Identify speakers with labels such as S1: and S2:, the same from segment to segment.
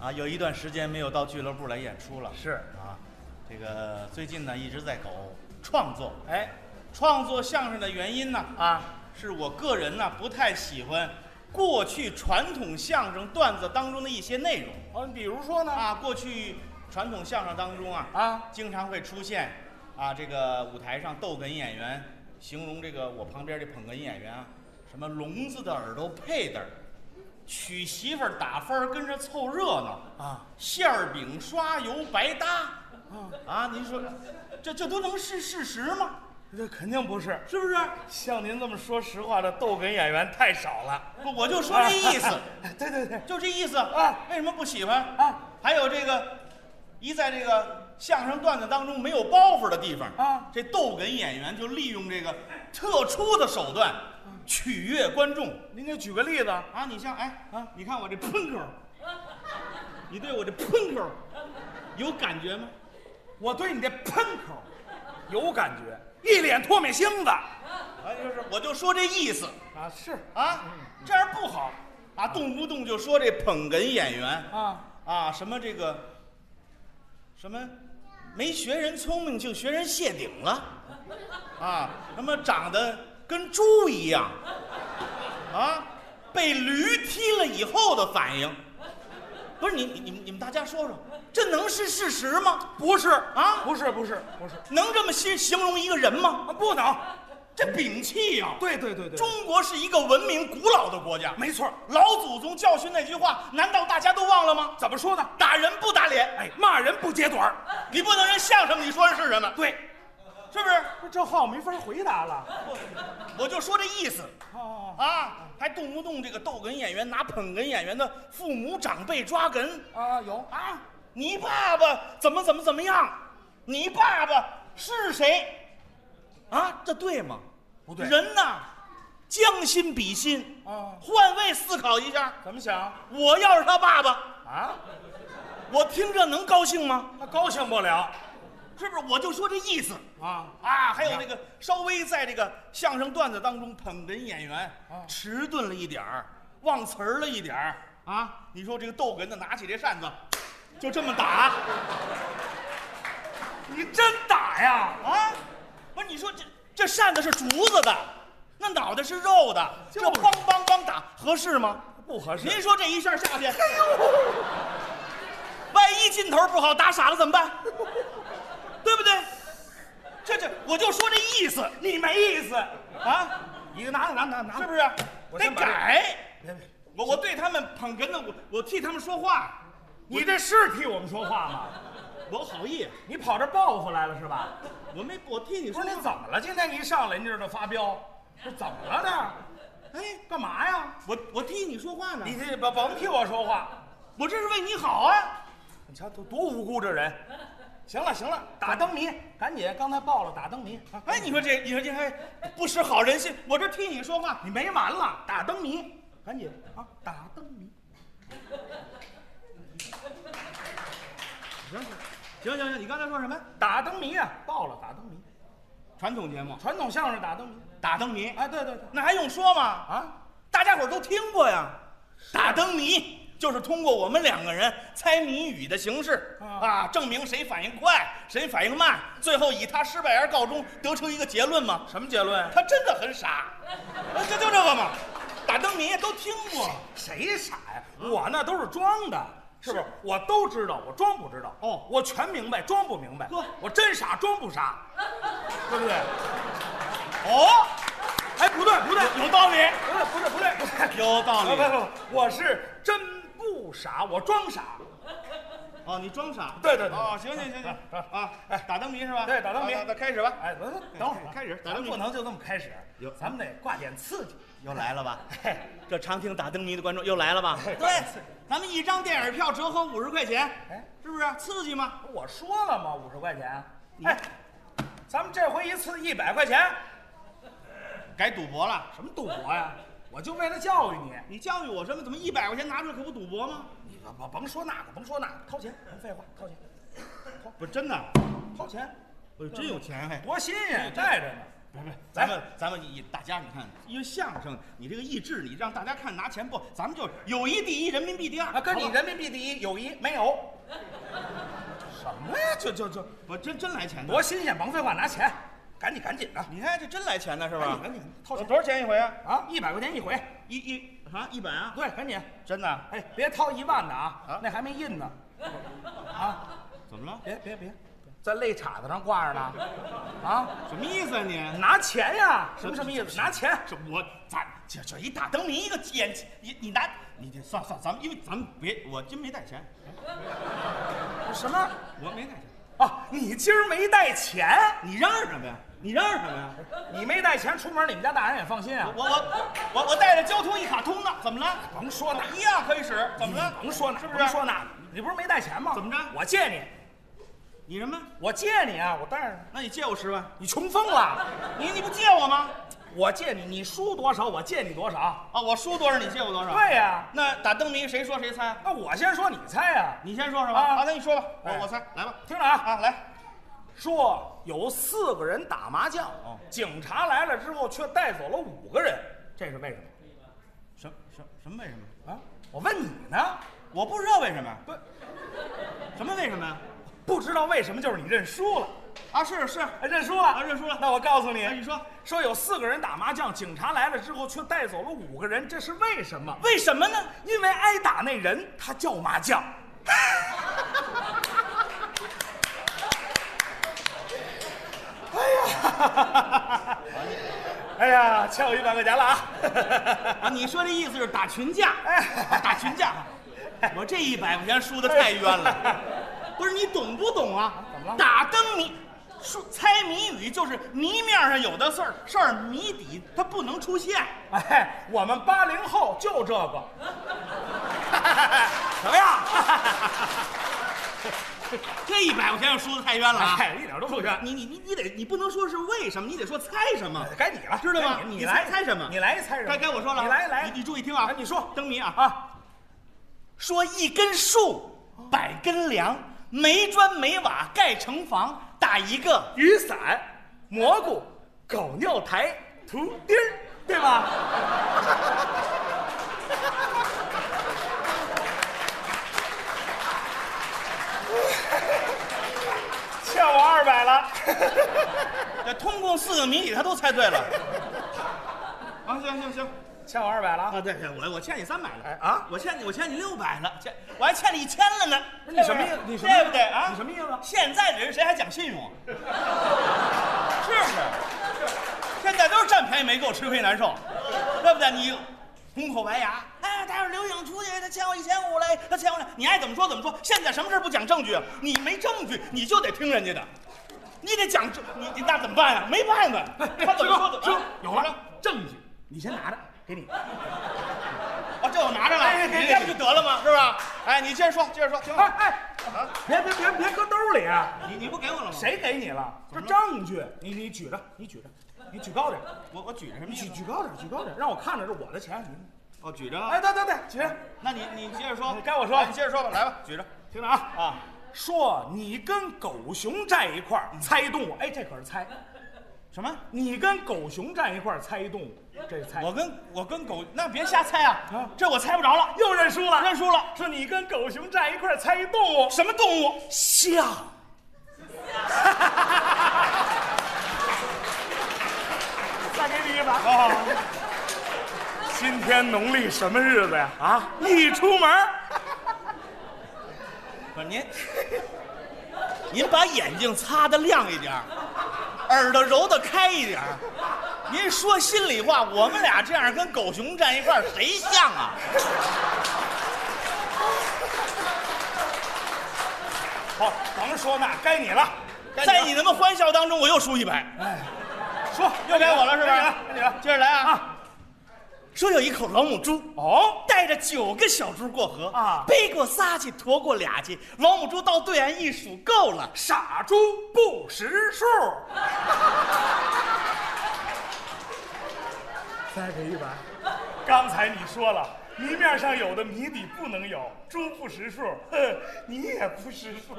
S1: 啊，有一段时间没有到俱乐部来演出了。
S2: 是
S1: 啊，这个最近呢一直在搞创作。
S2: 哎，
S1: 创作相声的原因呢，
S2: 啊，
S1: 是我个人呢不太喜欢过去传统相声段子当中的一些内容
S2: 哦，比如说呢？
S1: 啊。过去传统相声当中啊，
S2: 啊，
S1: 经常会出现啊，这个舞台上逗哏演员形容这个我旁边这捧哏演员啊，什么聋子的耳朵配的儿，娶媳妇儿打分儿跟着凑热闹
S2: 啊，
S1: 馅儿饼刷油白搭，啊，您说这这都能是事实吗？
S2: 这肯定不是。
S1: 是不是？
S2: 像您这么说实话的逗哏演员太少了。啊
S1: 不，我就说这意思，
S2: 对对对，
S1: 就这意思
S2: 啊
S1: 为什么不喜欢
S2: 啊？
S1: 还有这个，一在这个相声段子当中没有包袱的地方
S2: 啊
S1: 这逗哏演员就利用这个特殊的手段
S2: 啊
S1: 取悦观众
S2: 您给举个例子。
S1: 啊！你像哎
S2: 啊，
S1: 你看我这喷口，你对我这喷口有感觉吗？
S2: 我对你这喷口有感觉，一脸唾沫星子。
S1: 啊，就是我就说这意思
S2: 啊，是
S1: 啊，这样不好啊，动不动就说这捧哏演员
S2: 啊，
S1: 啊，什么这个，什么没学人聪明就学人谢顶了，啊，什么长得跟猪一样，啊，被驴踢了以后的反应，不是你你你们你们大家说说，这能是事实吗？
S2: 不是
S1: 啊
S2: 不是不是不是
S1: 能这么形形容一个人吗？
S2: 啊，不能。
S1: 这摒弃啊呀、
S2: 对对对对，
S1: 中国是一个文明古老的国家，
S2: 没错。
S1: 老祖宗教训那句话，难道大家都忘了吗？
S2: 怎么说呢？
S1: 打人不打脸，
S2: 哎，骂人不揭短儿。
S1: 你不能人相声你说的是什么，
S2: 对，
S1: 是不是？
S2: 不是这话我没法回答了。
S1: 我就说这意思
S2: 哦
S1: 啊，还动不动这个逗哏演员拿捧哏演员的父母长辈抓哏
S2: 啊，有
S1: 啊，你爸爸怎么怎么怎么样，你爸爸是谁？啊，这对哦吗？
S2: 不对
S1: 人呐，将心比心，
S2: 啊，
S1: 换位思考一下。
S2: 怎么想
S1: 我要是他爸爸，
S2: 啊？
S1: 我听着能高兴吗？
S2: 那高兴不了
S1: 是不是？我就说这意思。
S2: 啊。
S1: 啊，还有那个稍微在这个相声段子当中捧哏演员
S2: 啊
S1: 迟钝了一点儿，忘词儿了一点儿啊，你说这个逗哏的拿起这扇子，就这么 打
S2: 你真打呀？
S1: 啊？不是，你说这这扇子是竹子的，那脑袋是肉的，
S2: 就
S1: 这
S2: 是
S1: 梆梆梆打合适吗？
S2: 不合适。
S1: 您说这一下下去，万一劲头不好打傻了怎么办？对不对？这这我就说这意思
S2: 你没意思。
S1: 啊。
S2: 你拿拿拿拿，
S1: 是不
S2: 是？
S1: 是？
S2: 我
S1: 得
S2: 先把这
S1: 改。
S2: 别别，
S1: 我我对他们捧哏的，我我替他们说话，
S2: 你这是替我们说话吗？
S1: 我好意，
S2: 你跑这报复来了是吧？
S1: 我没我替你
S2: 不
S1: 说
S2: 是你怎么了？今天你一上来你这就发飙，这怎么了呢？哎，干嘛呀？
S1: 我我替你说话呢。
S2: 你这甭甭替我说话，
S1: 我这是为你好啊。
S2: 你瞧多多无辜这人。行了行了，打灯谜，赶紧，刚才报了打灯谜。啊
S1: 哎，你说这你说这还不识好人心，我这替你说话，
S2: 你没完了，打灯谜，赶紧啊，打灯谜。
S1: 行行行行，你刚才说什么？
S2: 打灯谜啊，报了打灯谜，
S1: 传统节目
S2: 传统相声打灯谜。
S1: 打灯谜，
S2: 哎，对对对，
S1: 那还用说吗？
S2: 啊，
S1: 大家伙儿都听过呀。打灯谜就是通过我们两个人猜谜语的形式
S2: 啊
S1: 啊，证明谁反应快，谁反应慢，最后以他失败而告终，得出一个结论嘛。
S2: 什么结论？
S1: 他真的很傻，这就这个嘛，打灯谜都听过。
S2: 谁傻呀？我那都是装的，是不是？我都知道，我装不知道。
S1: 哦
S2: 我全明白，装不明白
S1: 呵。
S2: 我真傻，装不傻，对不对？
S1: 哦，
S2: 哎，不对，不对，
S1: 有道理，
S2: 不对，不对，不对，不对。
S1: 有道
S2: 啊不不不，我是真不傻，我装傻。
S1: 哦，你装傻。
S2: 对对对
S1: 哦，行行行行啊，打灯谜是吧？
S2: 对打灯谜
S1: 啊那开始吧。
S2: 哎，等等会儿，
S1: 开始打
S2: 咱
S1: 灯谜
S2: 不能就这么开始，
S1: 有
S2: 咱们得挂点刺激。
S1: 又来了 吧？
S2: 嘿，
S1: 这常听打灯谜的观众又来了吧？
S2: 对
S1: 对，咱们一张电影票折合五十块钱，
S2: 哎
S1: 是不是刺激吗？
S2: 我说了吗？五十块钱。
S1: 你
S2: 哎，咱们这回一次一百块钱，
S1: 改赌博了？
S2: 什么赌博呀？我就为了教育你。
S1: 你教育我什么？怎么一百块钱拿出来可不赌博吗？
S2: 你甭甭甭说那个，甭说那个，掏钱，甭废话，掏钱，
S1: 不是真的，
S2: 掏钱，
S1: 我真有钱哎！
S2: 多新鲜，带着呢。别别，
S1: 咱们咱们以大家你看，因为相声你这个意志，你让大家看拿钱不？咱们就友谊第一，人民币第二。
S2: 啊，跟你
S1: 好不好
S2: 人民币第一，友谊没有。什么呀？这这这
S1: 我真真来钱呢
S2: 多？新鲜！甭废话，拿钱，赶紧赶紧的，
S1: 你哎看这真来钱呢是
S2: 赶
S1: 吧
S2: 紧？赶紧掏钱
S1: 多少钱一回啊？
S2: 啊！一百块钱一回，
S1: 一一啊一百啊？
S2: 对，赶紧。
S1: 真的啊？
S2: 哎，别掏一万的啊
S1: 啊，
S2: 那还没印呢。啊，
S1: 怎么了？
S2: 别别别，在肋叉子上挂着呢。 啊，
S1: 什么意思啊你？
S2: 拿钱呀？什么什么意思？拿钱。
S1: 这我咱这这一大灯谜一个眼你你拿你这算算咱们因为咱们别我真没带钱，
S2: 什么？
S1: 我没带钱，
S2: 啊，你今儿没带钱，
S1: 你嚷嚷什么呀？你嚷嚷什么呀？
S2: 你没带钱出门，你们家大人也放心啊。
S1: 我我我我带着交通一卡通呢，怎么了？
S2: 甭说那
S1: 一样可以使，怎么了？
S2: 甭说那，
S1: 是不
S2: 甭
S1: 是？
S2: 说那，你不是没带钱吗？
S1: 怎么着
S2: 我借你，
S1: 你什么？
S2: 我借你啊！我带着
S1: 那你借我十万？
S2: 你，穷疯了！
S1: 你你不借我吗？
S2: 我借你，你输多少我借你多少。
S1: 啊，我输多少你借我多少？，
S2: 对呀、
S1: 那打灯谜谁说谁猜？啊
S2: 那我先说，你猜呀、
S1: 你先说说
S2: 啊
S1: 吧。啊，那你说吧，
S2: 哎
S1: 我我猜，来吧。
S2: 听着啊，
S1: 啊，来，
S2: 说有四个人打麻将，
S1: 哦
S2: 警察来了之后却带走了五个人，这是为什么
S1: 什什什么为什么？
S2: 啊？我问你呢，
S1: 我不知道为什么，
S2: 不
S1: 什么为什么呀？
S2: 不知道为什么，就是你认输了，
S1: 啊，是是，
S2: 哎认输了，
S1: 啊认输了
S2: 那我告诉你，
S1: 哎你说
S2: 说有四个人打麻将，警察来了之后却带走了五个人，这是为什么？
S1: 为什么呢？
S2: 因为挨打那人他叫麻将。 哎呀，哎呀，欠我一百块钱了啊！
S1: 啊，你说这意思就是打群架？啊
S2: 哎
S1: 打群架，我这一百块钱输的太冤 了。不是你懂不懂啊？
S2: 怎么了
S1: 打灯谜，说猜谜语就是谜面上有的事儿，事儿谜底它不能出现。
S2: 哎，我们八零后就这个，怎么样？
S1: 这一百块钱要输的太冤了啊！
S2: 哎，一点都不冤。
S1: 你你你你得你不能说是为什么，你得说猜什么。
S2: 该你了，
S1: 知道吗
S2: 该你
S1: 你
S2: 你来
S1: 猜猜什么
S2: 你来猜什么？
S1: 该该我说了啊，
S2: 哎你来来，
S1: 你你注意听啊
S2: 哎！你说
S1: 灯谜啊
S2: 啊，
S1: 说一根树，百根梁，没砖没瓦盖城防，打一个
S2: 雨伞、蘑菇、狗尿苔、图钉儿，对吧？ 欠我二百了，
S1: 这通共四个谜底，他都猜对 了。啊，行行行，
S2: 欠我二百了啊。
S1: 啊，对对，我我欠你三百了，
S2: 哎啊
S1: 我欠你我欠你六百了，欠我还欠你一千了呢。
S2: 不是你什么意思
S1: 对不对
S2: 你什么意思
S1: 对不对啊？
S2: 你什么意思
S1: 现在的人谁还讲信用啊？ 是不是？是现在都是占便宜没够，吃亏难受，对不对？你红口白牙，哎，待会儿刘颖出去，他欠我一千五嘞，他欠我两，你爱怎么说怎么说。现在什么事儿不讲证据？啊你没证据，你就得听人家的，你得讲证，你你那怎么办呀、没办法，他怎么说怎么
S2: 行
S1: 啊
S2: 有了证据，你先拿着，给你。
S1: 哦，这我拿着了，
S2: 哎哎哎
S1: 你这不就得了吗？是吧？哎，你接着说，接着说，听
S2: 哎
S1: 话。
S2: 哎，
S1: 啊，
S2: 别别别别搁兜里啊！
S1: 你你不给我了吗？？
S2: 谁给你了？这
S1: 怎么
S2: 证据，你你举着，你举着，你举高点，
S1: 我我举着什么
S2: 你
S1: 意
S2: 举
S1: 思？
S2: 举高点，举高点，让我看着是我的钱。你
S1: 哦，举着啊。
S2: 哎，对对对，举着。
S1: 那你你接着说，
S2: 嗯该我说
S1: 哎你接着说吧，来吧，举着
S2: 听着啊
S1: 啊。
S2: 说你跟狗熊站一块儿猜动物，哎，这可是猜。
S1: 什么？
S2: 你跟狗熊站一块儿猜动物，这是猜。
S1: 我跟我跟狗，那别瞎猜啊
S2: 啊，
S1: 这我猜不着了，
S2: 又认输了，
S1: 认输了。
S2: 说你跟狗熊站一块儿猜动物，
S1: 什么动物？
S2: 象。再给你一把。
S1: 啊，
S2: 哦今天农历什么日子呀？啊，一出门儿，
S1: 不是您，您把眼睛擦的亮一点儿，耳朵揉的开一点儿。您说心里话，我们俩这样跟狗熊站一块儿，谁像啊？
S2: 好，甭说那，该你了，该
S1: 在
S2: 你
S1: 你他妈欢笑当中，我又输一百。
S2: 了说，
S1: 又该我了是不是？
S2: 该你了，
S1: 接着来啊！
S2: 啊
S1: 说有一口老母猪，
S2: 哦，
S1: 带着九个小猪过河
S2: 啊
S1: 背过仨去，驮过俩去。老母猪到对岸一数，够了。
S2: 傻猪不识数。 再给一百。刚才你说了，谜面上有的谜底不能有，猪不识数，哼，你也不识数。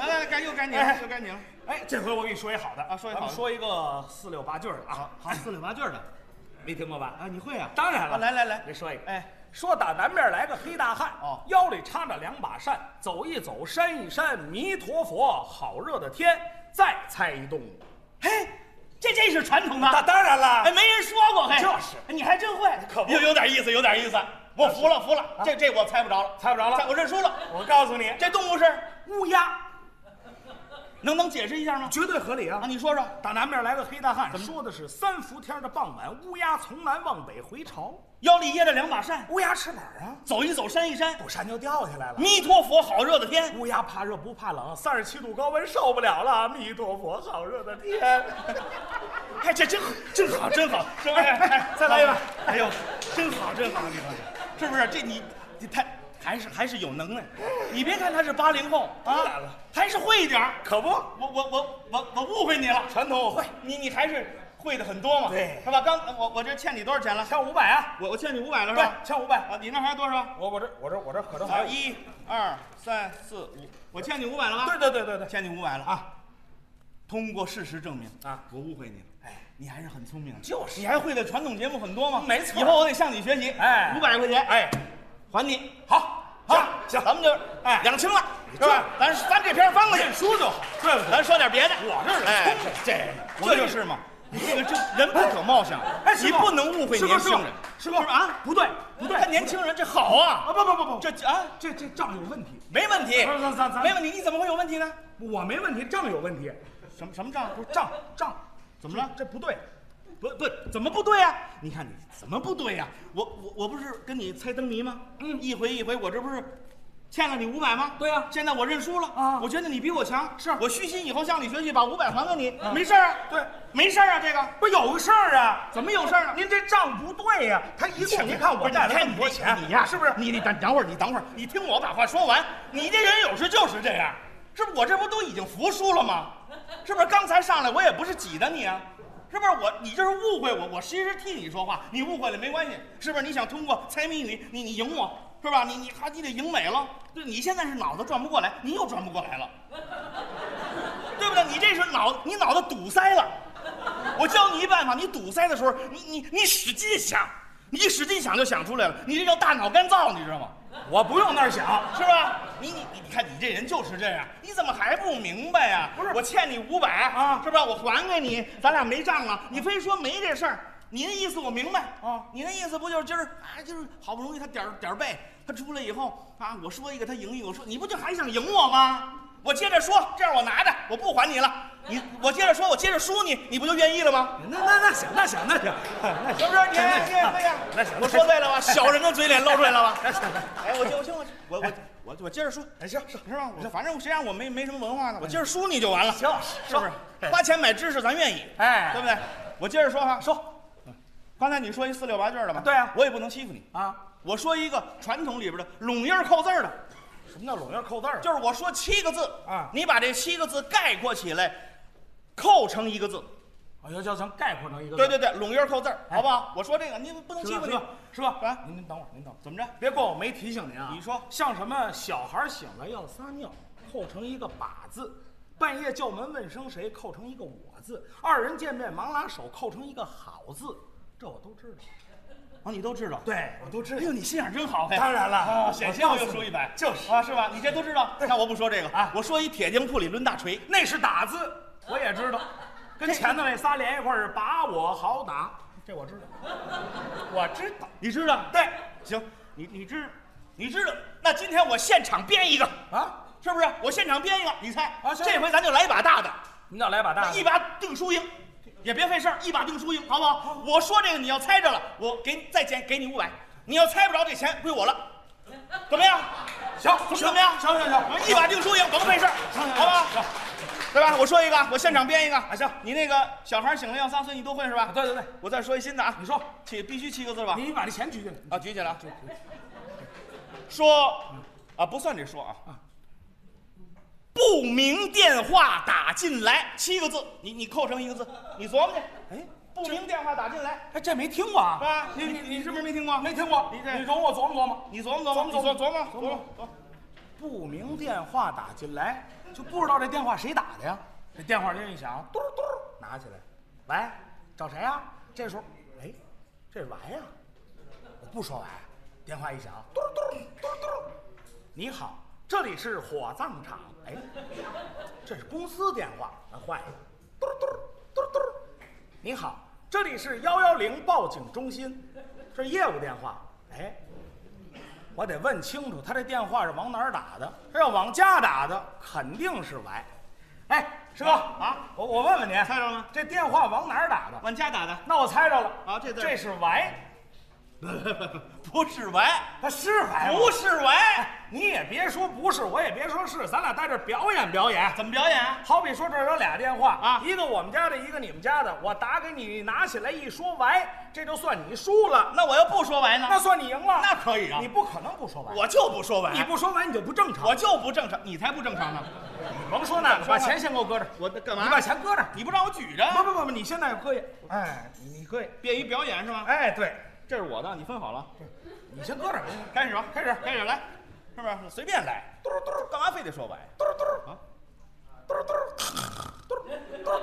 S1: 来来，该又该你了，
S2: 哎
S1: 又该你了。
S2: 哎，这回我给你说一好的
S1: 啊说一
S2: 咱们
S1: 好的
S2: 说一个四六八句儿的啊，
S1: 好，四六八句儿的
S2: 没听过吧？
S1: 啊，你会啊？
S2: 当然了，
S1: 啊来来来
S2: 给说一个。
S1: 哎，
S2: 说打南边来个黑大汉，
S1: 哦
S2: 腰里插着两把扇，走一走，扇一扇，弥陀佛，好热的天，再猜一动物。
S1: 嘿，这这是传统
S2: 那
S1: 的，
S2: 当然了
S1: 哎，，没人说过，嘿，
S2: 就是
S1: 你还真会，
S2: 可不
S1: 有有点意思，有点意思，我服了，服了，这这我猜不着了，
S2: 猜不着了
S1: 猜我认输了。
S2: 我告诉你，
S1: 这动物是
S2: 乌鸦
S1: 能能解释一 下吗？
S2: 绝对合理啊
S1: 啊，。你说说，
S2: 打南边来个黑大汉，说的是三伏天的傍晚，乌鸦从南往北回巢，
S1: 腰里掖着两把扇，
S2: 乌鸦吃哪儿啊？
S1: 走一走，扇一扇，
S2: 不扇哦就掉下来了。
S1: 弥陀佛，好热的天。
S2: 乌鸦怕热不怕冷，三十七度高温受不了了。弥陀佛，好热的天！
S1: 哎，这真真好，真 好，是不是？
S2: 哎哎再来一碗
S1: 哎呦，真好，真好，你说这是不是？这你你太还是还是有能耐。你别看他是八零后啊
S2: 当然了，
S1: 还是会一点儿。
S2: 可不，
S1: 我我我我我误会你了，
S2: 传统我会，
S1: 你你还是会的很多嘛，
S2: 对
S1: 是吧？刚我我这欠你多少钱了？
S2: 欠五百啊！
S1: 我我欠你五百了是
S2: 对
S1: 吧，？
S2: 欠五百。
S1: 啊，你那还有多少？
S2: 我我这我这我这可着还
S1: 好，
S2: 有。
S1: 一二三四五，我欠你五百了吧？
S2: 对对对对对，
S1: 欠你五百了啊！通过事实证明
S2: 啊
S1: 我误会你了。
S2: 哎，
S1: 你还是很聪明的，
S2: 就是
S1: 你还会的传统节目很多吗？
S2: 没错
S1: 以后我得向你学习。
S2: 哎
S1: 五百块钱，，
S2: 哎，
S1: 还你。
S2: 好，
S1: 好，
S2: 行，
S1: 咱们就
S2: 哎
S1: 两清了，是
S2: 这
S1: 吧？咱咱这篇翻过去，
S2: 念书就好。对不对？
S1: 咱说点别的。
S2: 我这人
S1: 哎
S2: 聪明，
S1: 这
S2: 我
S1: 这就是嘛，你这个这人不可貌相，
S2: 哎，
S1: 你
S2: 师傅
S1: 不能误会
S2: 师傅
S1: 年轻人，
S2: 师傅师傅啊，不对不对，
S1: 看年轻人这好啊
S2: 啊，不不不不，
S1: 这啊
S2: 这这账有问题，
S1: 没问题，
S2: 不是咱咱咱
S1: 没问题，你怎么会有问题呢？
S2: 我没问题，账有问题，
S1: 什么什么账？
S2: 不是账账，
S1: 怎么了
S2: 这不对，
S1: 不不，怎么不对呀、你看你怎么不对呀、我我我不是跟你猜灯谜吗？嗯，一回一回，我这不是欠了你五百吗？
S2: 对呀
S1: 现在我认输了
S2: 啊
S1: 我觉得你比我强，是我虚心以后向你学习，把五百还给你，没事儿啊。
S2: 嗯对，
S1: 没事儿啊，这个
S2: 不是有个事儿啊？
S1: 怎么有事儿啊？
S2: 您这账不对呀、他一共您看
S1: 不
S2: 我
S1: 是
S2: 带
S1: 你
S2: 了这
S1: 看
S2: 么
S1: 你
S2: 多
S1: 这
S2: 钱，
S1: 你呀、
S2: 是不是？
S1: 你你等等会儿，你等会儿，你听我把话说完。你这人有时就是这样，是不是？我这不都已经服输了吗？是不是？刚才上来我也不是挤的你啊，是不是？我你这是误会我，我其实替你说话，你误会了没关系，是不是？你想通过猜谜语，你你赢我是吧？你你哈，你得赢美了。对，你现在是脑子转不过来，你又转不过来了，对不对？你这是脑你脑子堵塞了。我教你一办法，你堵塞的时候，你你你使劲想，你一使劲想就想出来了，你这叫大脑干燥，你知道吗？
S2: 我不用那儿想，
S1: 是吧？你你你你看你这人就是这样，你怎么还不明白呀、
S2: 不是
S1: 我欠你五百
S2: 啊
S1: 是吧？我还给你，咱俩没账了，你非说没这事儿。你那意思我明白
S2: 啊
S1: 你那意思不就是今儿啊，就是好不容易他点儿点儿背，他出来以后啊，我说一个他赢一个，我说你不就还想赢我吗？我接着说，这样我拿着，我不还你了。你我接着说，我接着输你，你不就愿意了吗？
S2: 那那那行，那行，那行，那
S1: 是
S2: 行，
S1: 不是？你看你看，哎呀
S2: 那行，
S1: 我说对了吧？小人的嘴脸露出来了吧？
S2: 那行，
S1: 哎，我接我听我我我我我接着说，
S2: 那行，是
S1: 是吧？我反正谁让我没没什么文化呢，我接着说你就完了，
S2: 行，
S1: 是不是？花钱买知识，咱愿意，
S2: 哎
S1: 对不对？我接着说哈，
S2: 说
S1: 刚才你说一四六八句的吧？
S2: 对啊
S1: 我也不能欺负你。
S2: 啊，
S1: 我说一个传统里边的拢音儿扣字儿的，
S2: 什么叫拢印扣字儿？
S1: 就是我说七个字
S2: 啊
S1: 你把这七个字概括起来，扣成一个字。
S2: 哎呦，要想概括成一个字
S1: 对，哎对对，拢音儿扣字儿，好不好？我说这个，你不能
S2: 是
S1: 欺负
S2: 吧？是
S1: 你
S2: 吧，？是吧？
S1: 啊
S2: 您您等会儿，您等会儿，
S1: 怎么着？
S2: 别怪我没提醒您啊。
S1: 你说
S2: 像什么小孩儿醒了要撒尿，扣成一个把字；半夜叫门问声谁，扣成一个我字；二人见面忙拉手，扣成一个好字。这我都知道，
S1: 啊，你都知道。
S2: 对我都知
S1: 哎呦，你心眼真好嘿！
S2: 当然了
S1: 啊
S2: 我
S1: 险些
S2: 告
S1: 我
S2: 诉
S1: 又输
S2: 你
S1: 一百，
S2: 就是
S1: 啊，是吧？你这都知道。那我不说这个
S2: 啊
S1: 我说一铁匠铺里抡大锤，
S2: 那是打字，我也 知道，跟前头那仨连一块儿是把我好打，这我知道，我知道。
S1: 你知道？
S2: 对
S1: 行，你你知，你知道？那今天我现场编一个，
S2: 啊，
S1: 是不是？我现场编一个，你猜？
S2: 啊行
S1: 这回咱就来一把大的，
S2: 你咋来把大
S1: 一把定输赢，也别费事儿，一把定输赢，好不好？我说这个你要猜着了，我给你再减给你五百，你要猜不着这钱归我了，怎么样？
S2: 行
S1: 怎么样
S2: 行行行，
S1: 一把定输赢，甭费事儿，好不好？对吧？我说一个，我现场编一个。啊，
S2: 行啊
S1: 你那个小孩醒了要撒岁，你都会是吧？
S2: 对对对，
S1: 我再说一新的啊，
S2: 你说，
S1: 七必须七个字吧？
S2: 你把这钱举起来。
S1: 啊，举起来啊。说，啊，不算这说啊。不明电话打进来七个字，你你扣成一个字，你琢磨去。
S2: 哎，
S1: 不明电话打进来，
S2: 哎，这没听过啊？
S1: 是吧？
S2: 你
S1: 你
S2: 你
S1: 你
S2: 你
S1: 你
S2: 是
S1: 是
S2: 不
S1: 不是
S2: 是没？
S1: 没听过？
S2: 没听过？
S1: 你这
S2: 你容我琢磨琢磨。
S1: 你琢磨琢磨，你琢
S2: 琢
S1: 磨琢
S2: 磨
S1: 磨琢磨琢磨。
S2: 不明电话打进来，就不知道这电话谁打的呀？这电话铃一响，嘟嘟，拿起来，喂，找谁呀？这时候，哎，这是完呀，我不说完，电话一响，嘟嘟嘟嘟，你好，这里是火葬场，哎，这是公司电话，咱换一个，嘟嘟嘟嘟，你好，这里是幺幺零报警中心，这是业务电话，哎，我得问清楚，他这电话是往哪儿打的？他要往家打的，肯定是歪。哎，师傅
S1: 啊
S2: 我我问问您，
S1: 猜着了吗
S2: 这电话往哪儿打的？
S1: 往家打的。
S2: 那我猜着了
S1: 啊这字儿
S2: 这是歪，
S1: 不是喂，
S2: 他是歪，
S1: 不。是喂，
S2: 你也别说不是，我也别说是，咱俩在这儿表演表演。
S1: 怎么表演啊？
S2: 好比说这儿有俩电话
S1: 啊
S2: 一个我们家的，一个你们家的，我打给你，你拿起来一说喂，这就算你输了，
S1: 那我要不说喂呢？
S2: 那算你赢了。
S1: 那可以啊
S2: 你不可能不说完。
S1: 我就不说喂，
S2: 你不说完你就不正常。
S1: 我就不正常，你才不正常呢。
S2: 甭说那个，
S1: 说
S2: 把
S1: 了
S2: 钱先给我搁这儿。
S1: 我啊干
S2: 你把钱搁这儿。
S1: 你不让我举着，
S2: 不不不不，你现在搁下。哎，你你搁下。
S1: 便于表演是吗？
S2: 哎，对，
S1: 这是我的，你分好了。
S2: 你先搁这儿。
S1: 开始吧，开始，开始来，是不是？随便来，嘟嘟，干嘛非得说歪？
S2: 嘟嘟
S1: 啊
S2: 嘟嘟嘟嘟嘟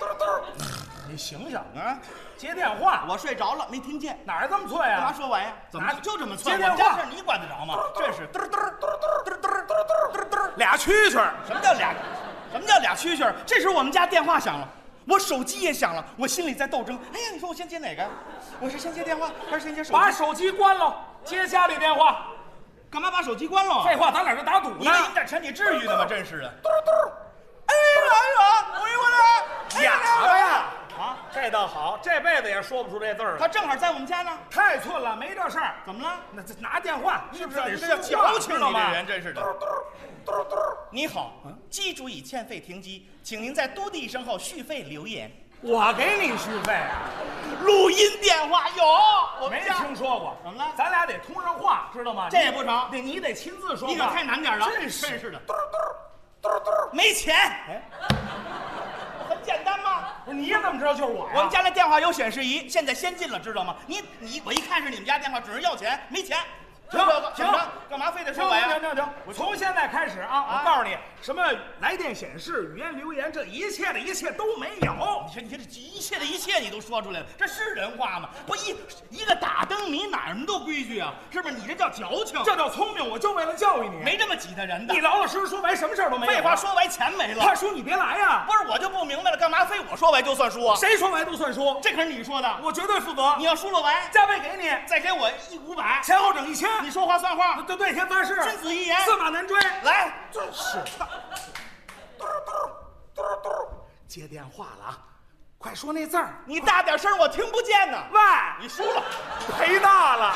S2: 嘟嘟，你醒醒，
S1: 啊，
S2: 接电话，
S1: 我睡着了，没听见。
S2: 哪儿这么脆
S1: 干嘛
S2: 啊？
S1: 说歪呀？
S2: 怎么
S1: 就这么
S2: 接
S1: 算？我
S2: 电
S1: 们
S2: 话
S1: 家事儿你管得着吗？这是嘟嘟嘟嘟嘟嘟嘟嘟嘟。
S2: 俩蛐蛐儿，
S1: 什么叫俩？什么叫俩蛐蛐儿？这时候我们家电话响了，我手机也响了，我心里在斗争。哎呀，你说我先接哪个？我是先接电话还是先接手
S2: 把
S1: 机？
S2: 手机关了，接家里电话。
S1: 干嘛把手机关了啊？
S2: 废话，咱俩这打赌
S1: 你
S2: 呢
S1: 给。你点钱，你至于的吗？真是的。
S2: 嘟嘟，
S1: 哎呀，哎呀，哎呦我的
S2: 哑巴呀！
S1: 啊！
S2: 这倒好，这辈子也说不出这字儿
S1: 他
S2: 了。
S1: 正好在我们家呢，
S2: 太寸了，没这事儿。
S1: 怎么了？
S2: 那这拿电话
S1: 是
S2: 是
S1: 不
S2: 不
S1: 是
S2: 是
S1: 你
S2: 得
S1: 这叫
S2: 说话
S1: 矫情？
S2: 知
S1: 你
S2: 道吗
S1: 这人真是
S2: 嘟
S1: 的。
S2: 嘟嘟嘟，
S1: 你好，机主已欠费停机，请您在嘟的一声后续费留言。
S2: 我给你续费啊？
S1: 录音电话有，我们
S2: 没
S1: 家
S2: 听说过。
S1: 怎么了
S2: 咱俩得通上话，知道吗？
S1: 这也不成，
S2: 你你得亲自说话。
S1: 你可太难点了，
S2: 真是
S1: 真是的，
S2: 嘟嘟嘟嘟。
S1: 没钱，
S2: 哎，
S1: 很简单吗？
S2: 不是你怎么知道就是我呀？
S1: 我们家那电话有显示仪，现在先进了，知道吗？你你我一看是你们家电话，准是要钱，没钱。
S2: 停
S1: 怎么着干嘛非得啊
S2: 停
S1: 说我
S2: 停
S1: 呀？
S2: 停停！我从现在开始啊，我告诉你，什么来电显示、语音留言，这一切的一切都没有
S1: 哦你。说，你说这一切的一切你都说出来了，这是人话吗？不一一个打灯谜哪儿那么多规矩啊？是不是？你这叫矫情，
S2: 这叫聪明，我就为了教育你。，
S1: 没这么挤他人的
S2: 你。老老实实说完，什么事儿都没有。
S1: 废话，说完钱没了
S2: 他，说你别来呀，
S1: 不是我就不明白了，干嘛非我说完就算输啊？
S2: 谁说完都算输，
S1: 这可是你说的，
S2: 我绝对负责
S1: 你。要输了完，
S2: 加倍给你，
S1: 再给我一五百，
S2: 前后整一千。
S1: 你说话算话，
S2: 对对天发誓，
S1: 君子一言
S2: 驷马难追。
S1: 来，
S2: 就是。嘟嘟嘟嘟，接电话了啊！快说那字儿。
S1: 你大点声，我听不见呢。
S2: 喂，
S1: 你输了，
S2: 赔大了。